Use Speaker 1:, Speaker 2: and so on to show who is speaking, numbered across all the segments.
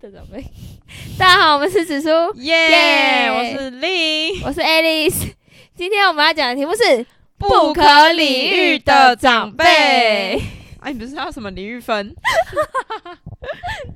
Speaker 1: 这种呗。 大家好，我们是紫苏，
Speaker 2: 耶！我
Speaker 1: 耶
Speaker 2: 是令，
Speaker 1: 我是 Alice。今天我们要讲的题目是。
Speaker 2: 不可理喻的长辈。哎，你不是要什么李玉 芬？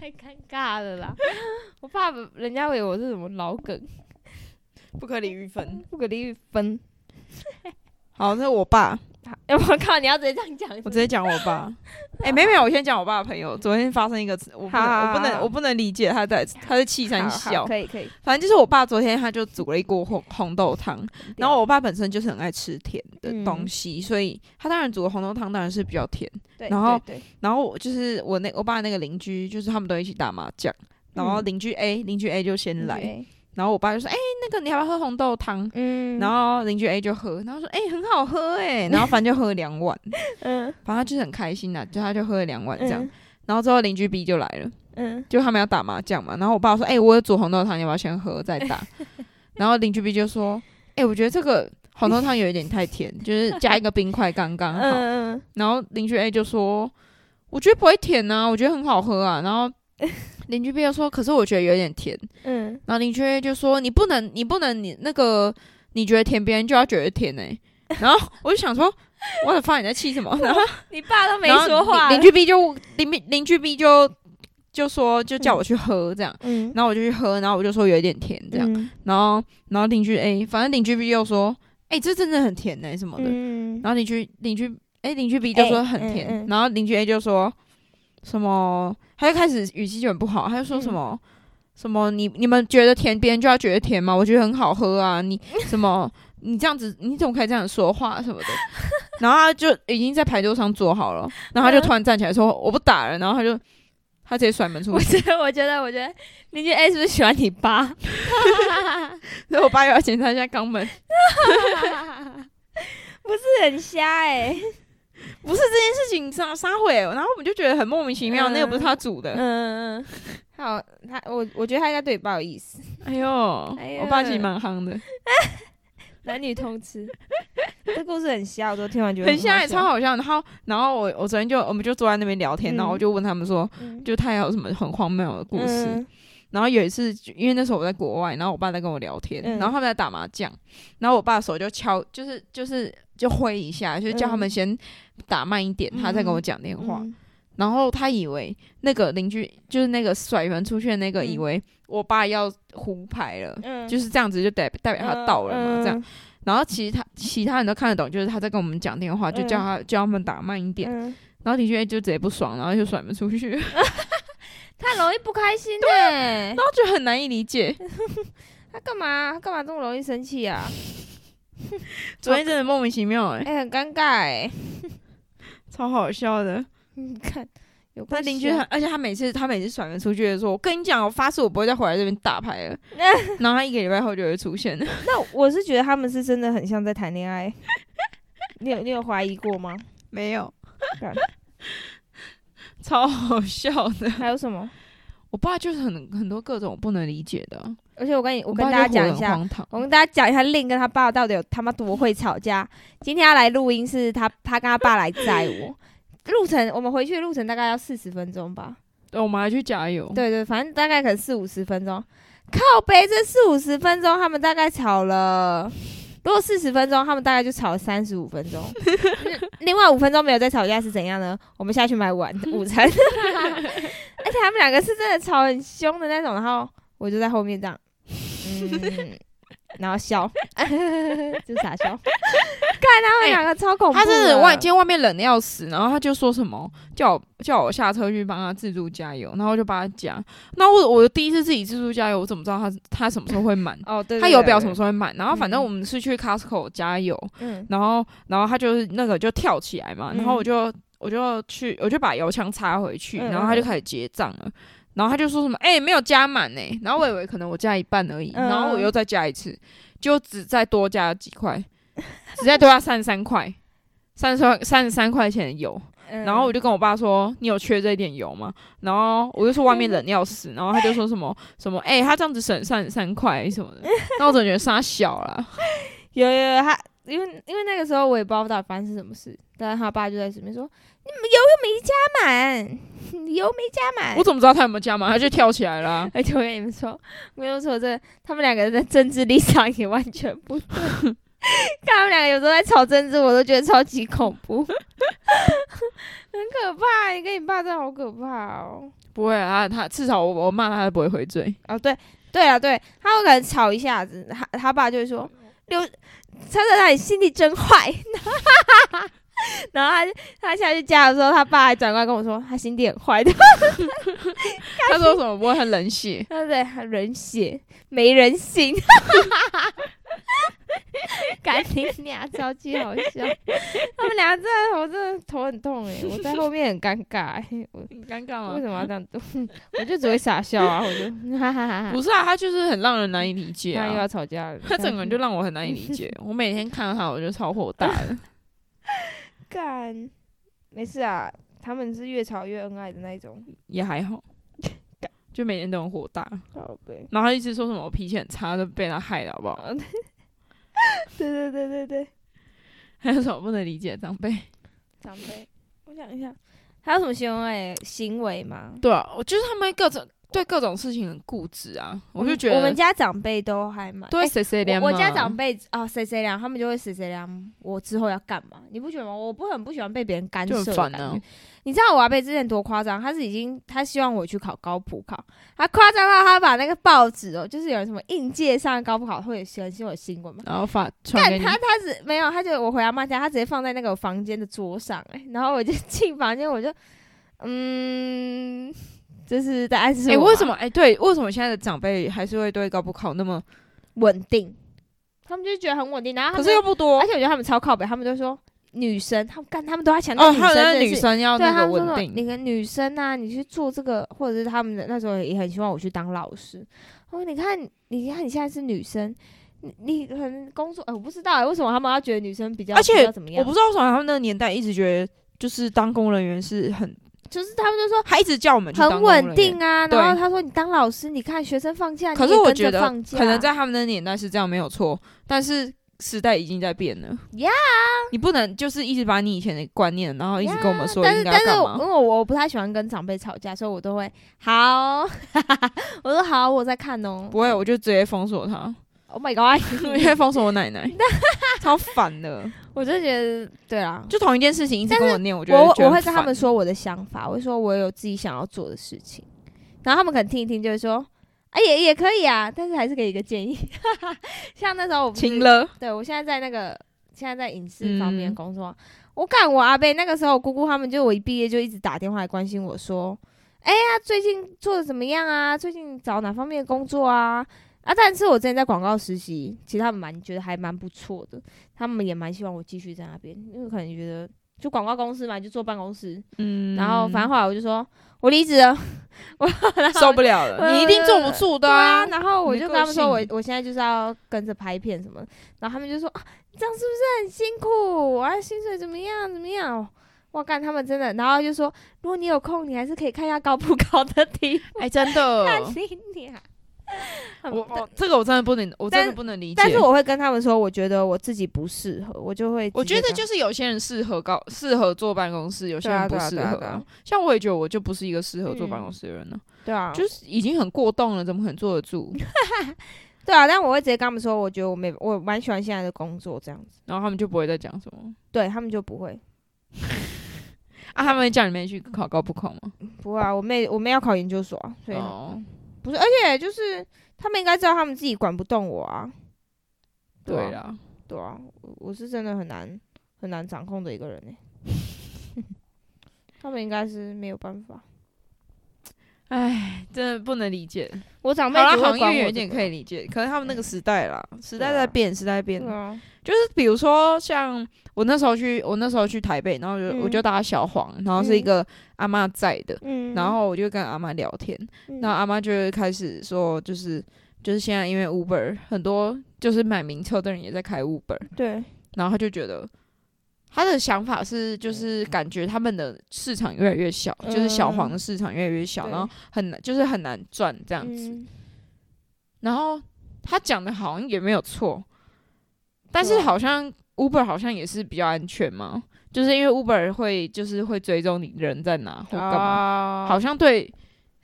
Speaker 1: 太尴尬了啦！ 我怕人家以为我是什么老梗，
Speaker 2: 不可理喻分。
Speaker 1: 不可理喻分。
Speaker 2: 好，这是我爸，
Speaker 1: 哎，我靠，你要直接这样讲是
Speaker 2: 我
Speaker 1: 不
Speaker 2: 直
Speaker 1: 是？
Speaker 2: 接讲我爸。 哎、没有没有，我先讲我爸的朋友。昨天发生一个，我不能，
Speaker 1: 好
Speaker 2: 我不
Speaker 1: 好
Speaker 2: 能，
Speaker 1: 好
Speaker 2: 我不能理解他在，他在气
Speaker 1: 好
Speaker 2: 三
Speaker 1: 好
Speaker 2: 小。
Speaker 1: 可以可以。
Speaker 2: 反正就是我爸昨天他就煮了一锅红红豆汤，然后我爸本身就是很爱吃甜的东西，所以他当然煮的红豆汤当然是比较甜。
Speaker 1: 对，
Speaker 2: 然后
Speaker 1: 对对
Speaker 2: 然后我就是我那我爸那个邻居，就是他们都一起打麻将，然后
Speaker 1: 嗯
Speaker 2: 邻居 A 邻、居 A 就先来，
Speaker 1: 对
Speaker 2: 然后我爸就说：“哎、那个你要不要喝红豆汤？”
Speaker 1: 嗯，
Speaker 2: 然后邻居 A 就喝，然后说：“哎、很好喝哎、然后反正就喝了两碗，
Speaker 1: 嗯
Speaker 2: 反正他就是很开心啊啦，就他就喝了两碗这样。
Speaker 1: 嗯
Speaker 2: 然后之后邻居 B 就来了，
Speaker 1: 嗯，
Speaker 2: 就他们要打麻将嘛。然后我爸说：“哎、我有煮红豆汤，你要不要先喝再打？”然后邻居 B 就说：“哎、我觉得这个红豆汤有一点太甜，就是加一个冰块刚刚好。
Speaker 1: 嗯嗯
Speaker 2: 然后邻居 A 就说：“我觉得不会甜啊，我觉得很好喝啊。” 然后邻居 B 就说：“可是我觉得有点甜。
Speaker 1: 嗯”
Speaker 2: 然后邻居 A 就说：“你不能，你不能，你那个你觉得甜，别人就要觉得 甜哎、然后我就想说：“我的发你在气什么？”然后
Speaker 1: 你爸都没
Speaker 2: 然后
Speaker 1: 说话，
Speaker 2: 邻邻居 B 就邻邻居 B 就就说就叫我去喝这样。
Speaker 1: 嗯
Speaker 2: 然后我就去喝，然后我就说有一点甜这样，
Speaker 1: 嗯
Speaker 2: 然后然后邻居 A，反正邻居 B 又说，哎、这真的很甜哎、什么的，
Speaker 1: 嗯
Speaker 2: 然后邻居邻居哎邻、居 B 就说
Speaker 1: A，
Speaker 2: 很
Speaker 1: 嗯
Speaker 2: 甜，
Speaker 1: 嗯
Speaker 2: 然后邻居 A 就说什么，他就开始语气就很不好，他就
Speaker 1: 嗯
Speaker 2: 说什么、什么你你们觉得甜，别人就要觉得甜吗？我觉得很好喝啊， 你什么你这样子你怎么可以这样说话什么的？然后他就已经在牌桌上坐好了，然后
Speaker 1: 嗯
Speaker 2: 他就突然站起来说我不打了，然后他就他直接甩门出
Speaker 1: 我觉
Speaker 2: 去，
Speaker 1: 得，我觉得，我觉得 邻居 A 是不是喜欢你爸？
Speaker 2: 所 以我爸又要检查一下肛门。
Speaker 1: 不是很瞎
Speaker 3: 欸
Speaker 1: 哎、
Speaker 2: 不是这件事情撒撒毁，然后我们就觉得很莫名其妙，
Speaker 1: 嗯
Speaker 2: 那个不是他煮的。
Speaker 1: 嗯，好，他我我觉得他应该对你爸有意思，
Speaker 2: 哎呦，
Speaker 1: 哎呦
Speaker 2: 我爸其实蛮夯的，
Speaker 1: 男女通 吃。这故事很瞎，我都听完觉得
Speaker 2: 很像也欸超
Speaker 1: 好
Speaker 2: 好笑。然后，然后我我昨天就我们就坐在那边聊天，
Speaker 1: 嗯
Speaker 2: 然后我就问他们说，
Speaker 1: 笑，嗯
Speaker 2: 就他有什么很荒谬的故事。
Speaker 1: 嗯
Speaker 2: 然后有一次，因为那时候我在国外，然后我爸在跟我聊天，
Speaker 1: 嗯
Speaker 2: 然后他们在打麻将，然后我爸手就敲，就是就是就挥一下，就叫他们先打慢一点，
Speaker 1: 嗯
Speaker 2: 他在跟我讲电话。
Speaker 1: 嗯
Speaker 2: 然后他以为那个邻居就是那个甩门出去的那个，
Speaker 1: 嗯
Speaker 2: 以为我爸要胡牌了，
Speaker 1: 嗯
Speaker 2: 就是这样子就代代表
Speaker 3: 嗯
Speaker 2: 他到了嘛，这样。然后其实他其他人都看得懂，就是他在跟我们讲电话，就
Speaker 3: 嗯
Speaker 2: 叫他、叫他们打慢一点。
Speaker 1: 嗯，
Speaker 2: 然后的确就直接不爽，然后就甩门出去， 然
Speaker 1: 他容易不开心哎、
Speaker 2: 后就很难以 理解。
Speaker 1: 他干嘛？他干嘛这么容易生气啊？
Speaker 2: 昨天真的莫名其妙哎、
Speaker 1: 哎、很尴尬哎、
Speaker 2: 超好 笑的。
Speaker 3: 嗯
Speaker 1: 你看，有
Speaker 2: 他
Speaker 1: 关
Speaker 2: 邻居很，而且他每次他每次甩门出去的时候，我跟你讲，我发誓我不会再回来这边打 牌了。然后他一个礼拜后就会出现。
Speaker 3: 那我是觉得他们是真的很像在谈 恋爱。你有你有怀疑过吗？
Speaker 2: 没有
Speaker 3: 干，
Speaker 2: 超好笑的。
Speaker 3: 还有什么？
Speaker 2: 我爸就是很很多各种我不能理解的啊、
Speaker 3: 而且我跟你我
Speaker 2: 我
Speaker 3: 跟
Speaker 2: 爸
Speaker 3: 大家
Speaker 2: 就活
Speaker 3: 讲
Speaker 2: 得
Speaker 3: 一
Speaker 2: 很
Speaker 3: 下，
Speaker 2: 荒唐
Speaker 3: 我跟大家讲一下令跟他爸到底有他妈多会吵架。今天要来录音是他他跟他爸来载我，路程我们回去的路程大概要四十分钟吧。
Speaker 2: 对呃我们还去加油。
Speaker 3: 对对，反正大概可能四五十分钟。靠背这四五十分钟，他们大概吵了，如果四十分钟，他们大概就吵了三十五分 钟。嗯另外五分钟没有在吵架是怎样呢？我们下去买晚午 餐，而且他们两个是真的吵很凶的那种，然后我就在后面这 样，嗯，然后笑，就傻笑。 看他们两个超恐怖的、？
Speaker 2: 他真的外今天外面冷的要死，然后他就说什么叫我叫我下车去帮他自助加油，然后我就帮他加。那我我第一次自己自助加油，我怎么知道他他什么时候会满
Speaker 3: 哦， 对
Speaker 2: 他
Speaker 3: 对
Speaker 2: 油
Speaker 3: 对
Speaker 2: 表
Speaker 3: 对
Speaker 2: 什么时候会满？然后反
Speaker 3: 嗯
Speaker 2: 正我们是去 Costco 加油，
Speaker 3: 嗯
Speaker 2: 然后然后他就是那个就跳起来嘛，
Speaker 3: 嗯
Speaker 2: 然后我就我就去我就把油枪插回去，
Speaker 3: 嗯
Speaker 2: 然后他就开始结账了。然后他就说什么：“哎、没有加满呢、然后我以为可能我加一半而已，
Speaker 3: 嗯
Speaker 2: 然后我又再加一次，就只再多加几块，只再多加三十三块，三十三三十三块钱的油。
Speaker 3: 嗯
Speaker 2: 然后我就跟我爸说：“你有缺这一点油吗？”然后我就说外面冷得要死，然后他就说什么什么：“ 哎、他这样子省三十三块什么的。”那我总觉得傻小啦。
Speaker 3: 有有有，他因为因为那个时候我也不知道到底发生什么事，但是他爸就在身边说：“你们油又没加满，油没加满。”
Speaker 2: 我怎么知道他有没有加码？他就跳起来啦、
Speaker 3: 而且我跟你们说，我跟你们说，这他们两个人在政治立场也完全不对。看他们两个有时候在吵政治，我都觉得超级恐怖， 很可怕。你跟你爸真的好可怕哦。
Speaker 2: 不会啊，他至少我我骂他，他不会回嘴。
Speaker 3: 哦，对对啊，对，他有可能吵一下子，他他爸就会说刘，他在那里心地真坏。 然后他就他下去家的时候，他爸还转过来跟我说，他心地很坏的。
Speaker 2: 他说什么不会很冷血，
Speaker 3: 他对他人血没人性， 赶紧俩超级好笑。他们俩真的，我真的头很痛哎、我在后面很尴尬哎、我
Speaker 2: 很尴尬
Speaker 3: 为什么要这样做？ 我就只会傻笑啊，我就 哈哈哈哈。
Speaker 2: 哦 不是啊，他就是很让人难以理解
Speaker 3: 那又
Speaker 2: 啊。
Speaker 3: 要吵架了，
Speaker 2: 他整个人就让我很难以理解。我每天看他，我就超火大 的。
Speaker 3: 干，没事啊，他们是越吵越恩爱的那一种，
Speaker 2: 也还好，就每天都很火大。
Speaker 3: 好呗。
Speaker 2: 然后他一直说什么我脾气很差，就被他害了，好不
Speaker 3: 呃
Speaker 2: 好？
Speaker 3: 对对对对对，
Speaker 2: 还有什么不能理解的长辈？
Speaker 3: 长辈，我想一下，还有什么行为行为吗？
Speaker 2: 对啊，我就是他们各种对各种事情很固执啊，我就觉得
Speaker 3: 嗯我们家长辈都还蛮
Speaker 2: 对
Speaker 3: 哎
Speaker 2: 谁谁
Speaker 3: 我
Speaker 2: 连
Speaker 3: 我家长辈啊，谁谁凉，他们就会谁谁凉。我之后要干嘛？你不觉得吗？我不很不喜欢被别人干
Speaker 2: 就
Speaker 3: 涉的
Speaker 2: 很烦
Speaker 3: 感
Speaker 2: 啊
Speaker 3: 觉。你知道我阿贝之前多夸张？他是已经他希望我去考高普考，他夸张到他把那个报纸哦，就是有什么应届上高普考会有新闻有新闻嘛。
Speaker 2: 然后发传
Speaker 3: 但
Speaker 2: 哦给你
Speaker 3: 他，他只没有，他就我回阿妈家，他直接放在那个我房间的桌上、哎，然后我就进房间，我就嗯，就是在暗示
Speaker 2: 哎、
Speaker 3: 我
Speaker 2: 为
Speaker 3: 嘛
Speaker 2: 什么？哎、对，为什么现在的长辈还是会对高补考那么？
Speaker 3: 稳定？他们就觉得很稳定，然后他
Speaker 2: 可
Speaker 3: 们
Speaker 2: 是又不多
Speaker 3: 啊而且我觉得他们超靠北，他们都说女生，他们干，他们都在强调
Speaker 2: 哦，
Speaker 3: 女生
Speaker 2: 还有那
Speaker 3: 这件
Speaker 2: 女
Speaker 3: 事。
Speaker 2: 生要
Speaker 3: 对
Speaker 2: 那
Speaker 3: 他
Speaker 2: 个
Speaker 3: 们
Speaker 2: 稳
Speaker 3: 说，
Speaker 2: 定，
Speaker 3: 你跟女生啊，你去做这个，或者是他们的那时候也很希望我去当老师。我说，你看，你看你现在是女生，你你可能工作，呃，我不知道、为什么他们要觉得女生比较，
Speaker 2: 而且
Speaker 3: 比较怎么
Speaker 2: 我
Speaker 3: 样
Speaker 2: 不？知道为什么他们那个年代一直觉得就是当工人员是很，
Speaker 3: 就是他们就说
Speaker 2: 他一直叫我们去当
Speaker 3: 很
Speaker 2: 工人
Speaker 3: 稳
Speaker 2: 员
Speaker 3: 定。啊，然后
Speaker 2: 对
Speaker 3: 他说你当老师，你看学生放假，
Speaker 2: 可是
Speaker 3: 你也
Speaker 2: 我
Speaker 3: 跟着
Speaker 2: 觉得
Speaker 3: 放假
Speaker 2: 可能在他们那个年代是这样没有错，但是时代已经在变了。
Speaker 3: Yeah
Speaker 2: 你不能就是一直把你以前的观念，然后一直跟我们说
Speaker 3: 但
Speaker 2: 应
Speaker 3: 是
Speaker 2: 该
Speaker 3: 但
Speaker 2: 要
Speaker 3: 是
Speaker 2: 干
Speaker 3: 我，
Speaker 2: 嘛
Speaker 3: 因。为我不太喜欢跟长辈吵架，所以我都会好，哦 我说好，我在看哦。
Speaker 2: 不会，我就直接封 锁他，
Speaker 3: Oh my god！
Speaker 2: 我直接封锁我 奶奶，超烦的。
Speaker 3: 我就觉得对啊，
Speaker 2: 就同一件事情一直跟我念，我就
Speaker 3: 我
Speaker 2: 觉得
Speaker 3: 我会
Speaker 2: 很
Speaker 3: 跟他们
Speaker 2: 烦
Speaker 3: 说我的想法，我会说我有自己想要做的事情，然后他们可能听一听就会说，哎、也也可以啊，但是还是给一个建议。 像那时候我不是
Speaker 2: 亲了，
Speaker 3: 对我现在在那个现在在影视方面
Speaker 2: 嗯
Speaker 3: 工作，我干我阿贝那个时候，我姑姑他们就我一毕业就一直打电话来关心我说，哎呀，最近做的怎么样啊？最近找哪方面的工作啊？啊，但是我之前在广告实习，其实他们蛮觉得还蛮不错的，他们也蛮希望我继续在那边，因为可能觉得就广告公司嘛，就坐办公室，
Speaker 2: 嗯，
Speaker 3: 然后反正后来我就说我离职了，
Speaker 2: 受不了了，
Speaker 3: 呃
Speaker 2: 你一定坐不住的啊
Speaker 3: 啊，！然后我
Speaker 2: 你的
Speaker 3: 就
Speaker 2: 个
Speaker 3: 跟他们说我
Speaker 2: 性
Speaker 3: 我现在就是要跟着拍片什么的，然后他们就说啊，你这样是不是很辛苦啊？薪水怎么样怎么样？哦我干，他们真的，然后就说，如果你有空，你还是可以看一下高普考的题目，
Speaker 2: 哎，真的，
Speaker 3: 看你俩。 很
Speaker 2: 我我这个我真的不能，我真的
Speaker 3: 但
Speaker 2: 不能理解。
Speaker 3: 但是我会跟他们说，我觉得我自己不适合，我就会
Speaker 2: 我
Speaker 3: 直
Speaker 2: 觉
Speaker 3: 接
Speaker 2: 得
Speaker 3: 这样
Speaker 2: 就是有些人适合高适合坐办公室，有些
Speaker 3: 对啊
Speaker 2: 人不
Speaker 3: 对啊
Speaker 2: 适
Speaker 3: 对啊
Speaker 2: 合
Speaker 3: 对啊。
Speaker 2: 像我也觉得我就不是一个适合坐办
Speaker 3: 嗯
Speaker 2: 公室的人呢，
Speaker 3: 对啊，
Speaker 2: 就是已经很过动了，怎么可能坐 得住？
Speaker 3: 对啊，但我会直接跟他们说，我觉得我没我蛮喜欢现在的工作这样子，
Speaker 2: 然后他们就不会再讲什么
Speaker 3: 对他们就不会
Speaker 2: 啊，他们会叫你妹去考高不考吗？
Speaker 3: 不会啊，我妹我妹要考研究所啊，所以
Speaker 2: 哦，
Speaker 3: 不是，而且就是他们应该知道他们自己管不动我啊。
Speaker 2: 对
Speaker 3: 啊，
Speaker 2: 啦，
Speaker 3: 对啊，我我是真的很难很难掌控的一个人呢、欸他们应该是没有办法，
Speaker 2: 哎，真的不能理解。
Speaker 3: 我长
Speaker 2: 好
Speaker 3: 辈
Speaker 2: 啦，
Speaker 3: 只会
Speaker 2: 行
Speaker 3: 管
Speaker 2: 业
Speaker 3: 我
Speaker 2: 有点可以理解，可是他们那个时代啦，时
Speaker 3: 嗯
Speaker 2: 代
Speaker 3: 对啊
Speaker 2: 在变，时代在
Speaker 3: 这
Speaker 2: 变
Speaker 3: 个。对啊，
Speaker 2: 就是比如说像我那时候去，我那时候去台北，然后我就、
Speaker 3: 嗯
Speaker 2: 我就搭小黄，然后是一个阿妈在的，
Speaker 3: 嗯，
Speaker 2: 然后我就跟阿妈聊天，
Speaker 3: 嗯
Speaker 2: 然后阿妈就会开始说，就是就是现在因为 Uber 很多就是买名车的人也在开 Uber，
Speaker 3: 对，
Speaker 2: 然后他就觉得。他的想法是，
Speaker 3: 嗯
Speaker 2: 就是感觉他们的市场越来越小，就是小黄的市场越来越小，
Speaker 3: 对
Speaker 2: 然后很难，就是很难赚这样子。
Speaker 3: 嗯
Speaker 2: 然后他讲的好像也没有错，但
Speaker 3: 对
Speaker 2: 是
Speaker 3: 啊
Speaker 2: 好像 Uber 好像也是比较安全嘛，就是因为 Uber 会就是会追踪你人在哪或
Speaker 3: 啊
Speaker 2: 干嘛，
Speaker 3: 嘛
Speaker 2: 好，像对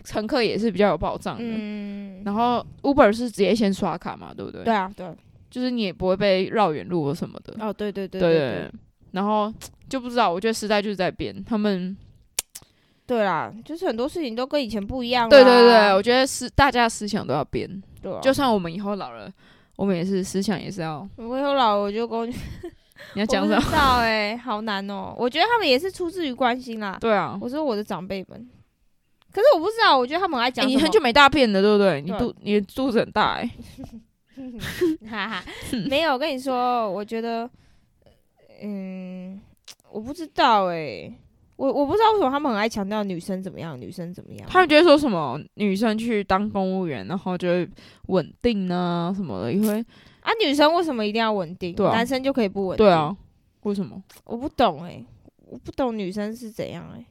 Speaker 2: 乘客也是比较有保障的。
Speaker 3: 嗯，
Speaker 2: 然后 Uber 是直接先刷卡嘛，对不对？
Speaker 3: 对，啊，对，
Speaker 2: 就是你也不会被绕远路或什么的。
Speaker 3: 哦，对对对
Speaker 2: 对
Speaker 3: 对
Speaker 2: 然后就不知道，我觉得时代就是在变，他们
Speaker 3: 对啦，就是很多事情都跟以前不一样啦。
Speaker 2: 对对对，我觉得是大家思想都要变，
Speaker 3: 对啊，
Speaker 2: 就算我们以后老了，我们也是思想也是要。
Speaker 3: 我以后老了我就跟我女
Speaker 2: 你要讲什
Speaker 3: 我
Speaker 2: 么？
Speaker 3: 不知道哎、好难哦、我觉得他们也是出自于关心啦。
Speaker 2: 对啊，
Speaker 3: 我说我的长辈们，可是我不知道，我觉得他们很爱
Speaker 2: 哎
Speaker 3: 讲、什
Speaker 2: 你
Speaker 3: 么
Speaker 2: 很久没大便了，对不对？你
Speaker 3: 对啊
Speaker 2: 肚你的肚子很大哎、
Speaker 3: 哈 哈，
Speaker 2: 嗯
Speaker 3: 没有。我跟你说，我觉得，嗯，我不知道哎、我我不知道为什么他们很爱强调女生怎么样，女生怎么样。
Speaker 2: 他们就会说什么女生去当公务员，然后就会稳定啊什么的，因为
Speaker 3: 啊，女生为什么一定要稳定？
Speaker 2: 对啊
Speaker 3: 男生就可以不稳定？
Speaker 2: 对，啊，为什么？
Speaker 3: 我不懂哎、我不懂女生是怎样哎、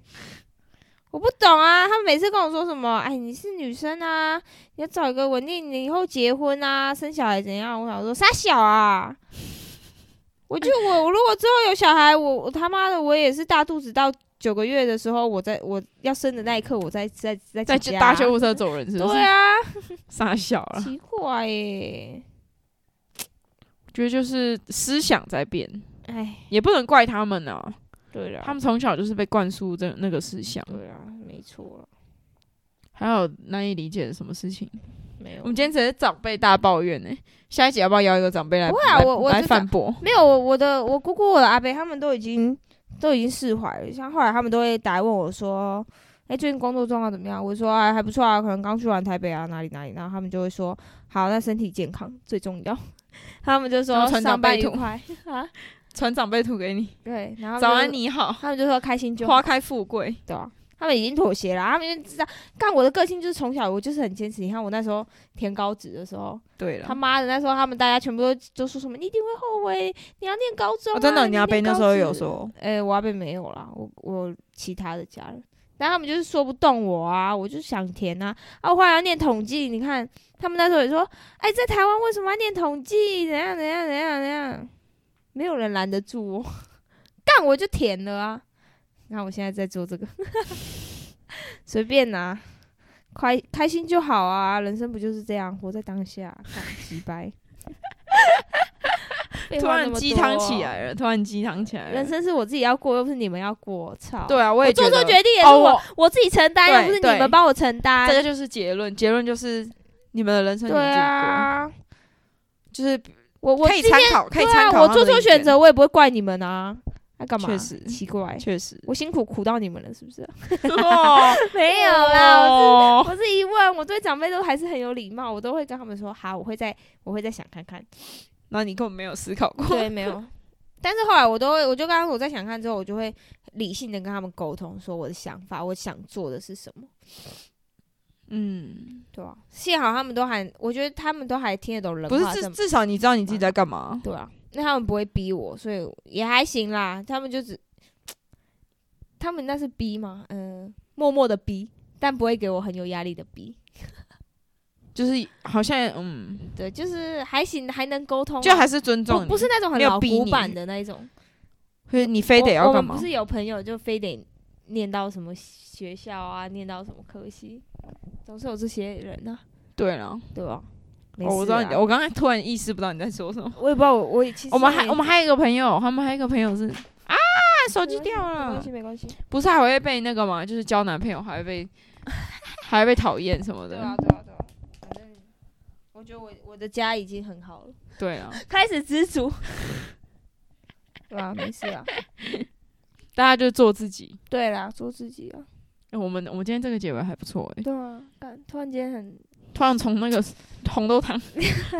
Speaker 3: 我不懂啊！他们每次跟我说什么，哎，你是女生啊，你要找一个稳定，你以后结婚啊，生小孩怎样？我想说傻小啊！我就我我如果之后有小孩，我我他妈的我也是大肚子到九个月的时候，我在我要生的那一刻，我再再再
Speaker 2: 在
Speaker 3: 请假
Speaker 2: 搭救护车走人是不是？
Speaker 3: 对啊，
Speaker 2: 傻小啊了，
Speaker 3: 奇怪欸耶、
Speaker 2: 觉得就是思想在变，
Speaker 3: 哎，
Speaker 2: 也不能怪他们啊，
Speaker 3: 对了，
Speaker 2: 他们从小就是被灌输这那个思想，
Speaker 3: 对啊，没错了，
Speaker 2: 还有难以理解的什么事情。
Speaker 3: 没有
Speaker 2: 我们今天只是长辈大抱怨呢、下一集要不要邀一个长辈来？
Speaker 3: 不会啊
Speaker 2: 来
Speaker 3: 我我
Speaker 2: 来
Speaker 3: 知道
Speaker 2: 反驳。
Speaker 3: 没有，我我的我姑姑、我的阿伯他们都已经都已经释怀了。像后来他们都会打来问我说：“哎、最近工作状况怎么样？”我就说：“啊，还不错啊，可能刚去完台北啊，哪里哪里。”然后他们就会说：“好，那身体健康最重要。” 他们就
Speaker 2: 然
Speaker 3: 说
Speaker 2: 后：“传
Speaker 3: 上
Speaker 2: 长
Speaker 3: 班
Speaker 2: 辈
Speaker 3: 愉
Speaker 2: 图
Speaker 3: 快。啊
Speaker 2: 传长辈图给你，”
Speaker 3: 对，然后他们就
Speaker 2: 早安，你好，
Speaker 3: 他们就说开心就好
Speaker 2: 花，开富贵。
Speaker 3: 对啊。他们已经妥协了，他们就知道，干我的个性就是从小我就是很坚持。你看我那时候填高职的时候，
Speaker 2: 对啊
Speaker 3: 他
Speaker 2: 了，
Speaker 3: 妈的那时候他们大家全部都都说什么你一定会后悔，你要念高中、啊
Speaker 2: 哦、真的，
Speaker 3: 你
Speaker 2: 你要
Speaker 3: 念
Speaker 2: 被那
Speaker 3: 高
Speaker 2: 时候有
Speaker 3: 职
Speaker 2: 说，
Speaker 3: 哎、我阿贝没有啦，我我其他的家人，但他们就是说不动我啊，我就想填啊，啊，我后来要念统计，你看他们那时候也说，哎、在台湾为什么要念统计？怎样怎样怎样怎样？没有人拦得住我，干我就填了啊！你看我现在在做这个， 随便拿、快开心就好啊，人生不就是这样，活在当下，看鸡掰。 废
Speaker 2: 突
Speaker 3: 话那
Speaker 2: 然
Speaker 3: 么
Speaker 2: 鸡
Speaker 3: 多啊哦
Speaker 2: 汤起来了，突然鸡汤起来
Speaker 3: 人
Speaker 2: 了。
Speaker 3: 生是我自己要过，又不是你们要过，操！
Speaker 2: 对啊，我也
Speaker 3: 我
Speaker 2: 觉
Speaker 3: 做
Speaker 2: 得
Speaker 3: 错决定也是
Speaker 2: 哦
Speaker 3: 我、
Speaker 2: 我
Speaker 3: 我自己承担，
Speaker 2: 对
Speaker 3: 又不是你
Speaker 2: 对
Speaker 3: 们帮我承担
Speaker 2: 这。个就是结论，结论就是你们的人生你
Speaker 3: 对
Speaker 2: 们自己过，
Speaker 3: 啊，
Speaker 2: 就是
Speaker 3: 我我
Speaker 2: 可以
Speaker 3: 今
Speaker 2: 参
Speaker 3: 天
Speaker 2: 考，可以
Speaker 3: 对
Speaker 2: 参
Speaker 3: 啊，
Speaker 2: 考。
Speaker 3: 我做错选，择，我也不会怪你们啊。那干嘛？
Speaker 2: 确实
Speaker 3: 奇怪，
Speaker 2: 确实
Speaker 3: 我 辛苦苦到你们了，是不 是？
Speaker 2: 哦，
Speaker 3: 没有啦，我
Speaker 2: 哦
Speaker 3: 是我是疑问，我对长辈都还是很有礼貌，我都会跟他们说，好，我会再我会再想看 看。
Speaker 2: 那你根本没有思考过，
Speaker 3: 对，没有。 但是后来我都会，我就刚刚我在想看之后，我就会理性的跟他们沟通，说我的想法，我想做的是什么。
Speaker 2: 嗯，
Speaker 3: 对啊，幸好他们都还，我觉得他们都还听得懂人
Speaker 2: 不是
Speaker 3: 话
Speaker 2: 至
Speaker 3: 这么
Speaker 2: 至少你知道你自己在干嘛，
Speaker 3: 对啊，那他们不会逼我，所以也还行啦。他们就只，他们那是逼吗？嗯、默默的逼，但不会给我很有压力的逼。
Speaker 2: 就是好像嗯，
Speaker 3: 对，就是还行，还能沟通啊、
Speaker 2: 就还是尊重
Speaker 3: 不
Speaker 2: 你，
Speaker 3: 不是那种很
Speaker 2: 没有
Speaker 3: 老
Speaker 2: 逼
Speaker 3: 古
Speaker 2: 你
Speaker 3: 板的那一种，
Speaker 2: 就是你 非得
Speaker 3: 我
Speaker 2: 要
Speaker 3: 我
Speaker 2: 干
Speaker 3: 们
Speaker 2: 嘛
Speaker 3: 不？是有朋友就非得念到什么学校啊，念到什么科系，总是有这些人呐、
Speaker 2: 对了，
Speaker 3: 对吧、没
Speaker 2: 哦我
Speaker 3: 事
Speaker 2: 知
Speaker 3: 啊
Speaker 2: 道
Speaker 3: 啦
Speaker 2: 你，我刚才突然意识不到你在说什么。
Speaker 3: 我也不知道我，我也其实
Speaker 2: 我们还
Speaker 3: 也
Speaker 2: 我们还有一个朋友，他们还有一个朋友是啊，手机
Speaker 3: 没关系
Speaker 2: 掉
Speaker 3: 没
Speaker 2: 了
Speaker 3: 关系，，没关系。
Speaker 2: 不是还会被那个吗？就是交男朋友还会被还会被讨厌什么
Speaker 3: 对
Speaker 2: 的
Speaker 3: 啊，，对啊，对啊，反正我觉得我我的家已经很好了，
Speaker 2: 对啊，
Speaker 3: 开始知足。 对啊，没事啊。
Speaker 2: 大家就做自己。
Speaker 3: 对啦，做自己啊。
Speaker 2: 哎我们我们今天这个结尾还不错哎、
Speaker 3: 对啊，干突然间很
Speaker 2: 突然从那个红豆汤，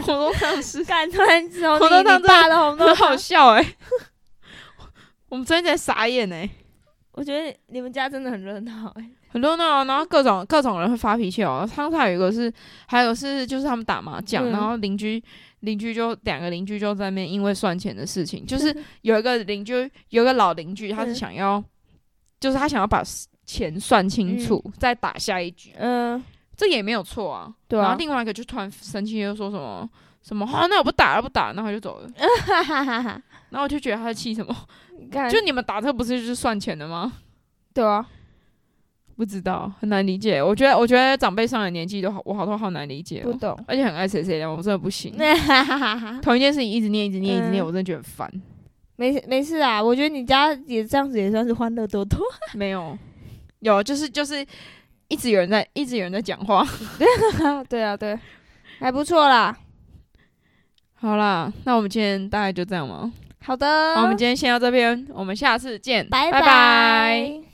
Speaker 2: 红豆汤 是
Speaker 3: 干，突然从
Speaker 2: 红豆
Speaker 3: 你
Speaker 2: 汤
Speaker 3: 你爸的红豆
Speaker 2: 很好
Speaker 3: 汤，
Speaker 2: 笑哎、 我们真的在傻眼哎、
Speaker 3: 我觉得你们家真的很热闹哎。
Speaker 2: 很热闹啊，然后各种各种人会发脾气哦。上次还有一个是，还有是就是他们打麻将，
Speaker 3: 嗯
Speaker 2: 然后邻居邻居就两个邻居就在那边因为算钱的事情，就是有一个邻居有一个老邻居，他是
Speaker 3: 嗯
Speaker 2: 想要，就是他想要把钱算清楚，再打下一局，
Speaker 3: 嗯
Speaker 2: 这也没有错啊。
Speaker 3: 对
Speaker 2: 然
Speaker 3: 啊
Speaker 2: 后，另外一个就突然生气，又说什么什么，好、那我不打了，不打，然后他就 走了。
Speaker 3: 哈哈哈哈，
Speaker 2: 然后我就觉得他在气什么？
Speaker 3: 干
Speaker 2: 就你们打这不是就是算钱的吗？
Speaker 3: 对啊，
Speaker 2: 不知道，很难理解。我觉得，我觉得长辈上了年纪都好，我好多好难理解、
Speaker 3: 不
Speaker 2: 哦，
Speaker 3: 懂。
Speaker 2: 而且很爱谁谁的，我真的不行。
Speaker 3: 哈哈哈哈，
Speaker 2: 同一件事情一直念，一直念，一直念，
Speaker 3: 嗯
Speaker 2: 我真的觉得很烦。
Speaker 3: 没事没事啊，我觉得你家也这样子也算是欢乐多多。
Speaker 2: 没有，有就是就是一直有人在，一直有人在讲话。
Speaker 3: 对啊，对，还不错啦。
Speaker 2: 好啦，那我们今天大概就这样吧。
Speaker 3: 好的，
Speaker 2: 好，我们今天先到这边，我们下次见，
Speaker 3: 拜
Speaker 2: 拜拜
Speaker 3: 拜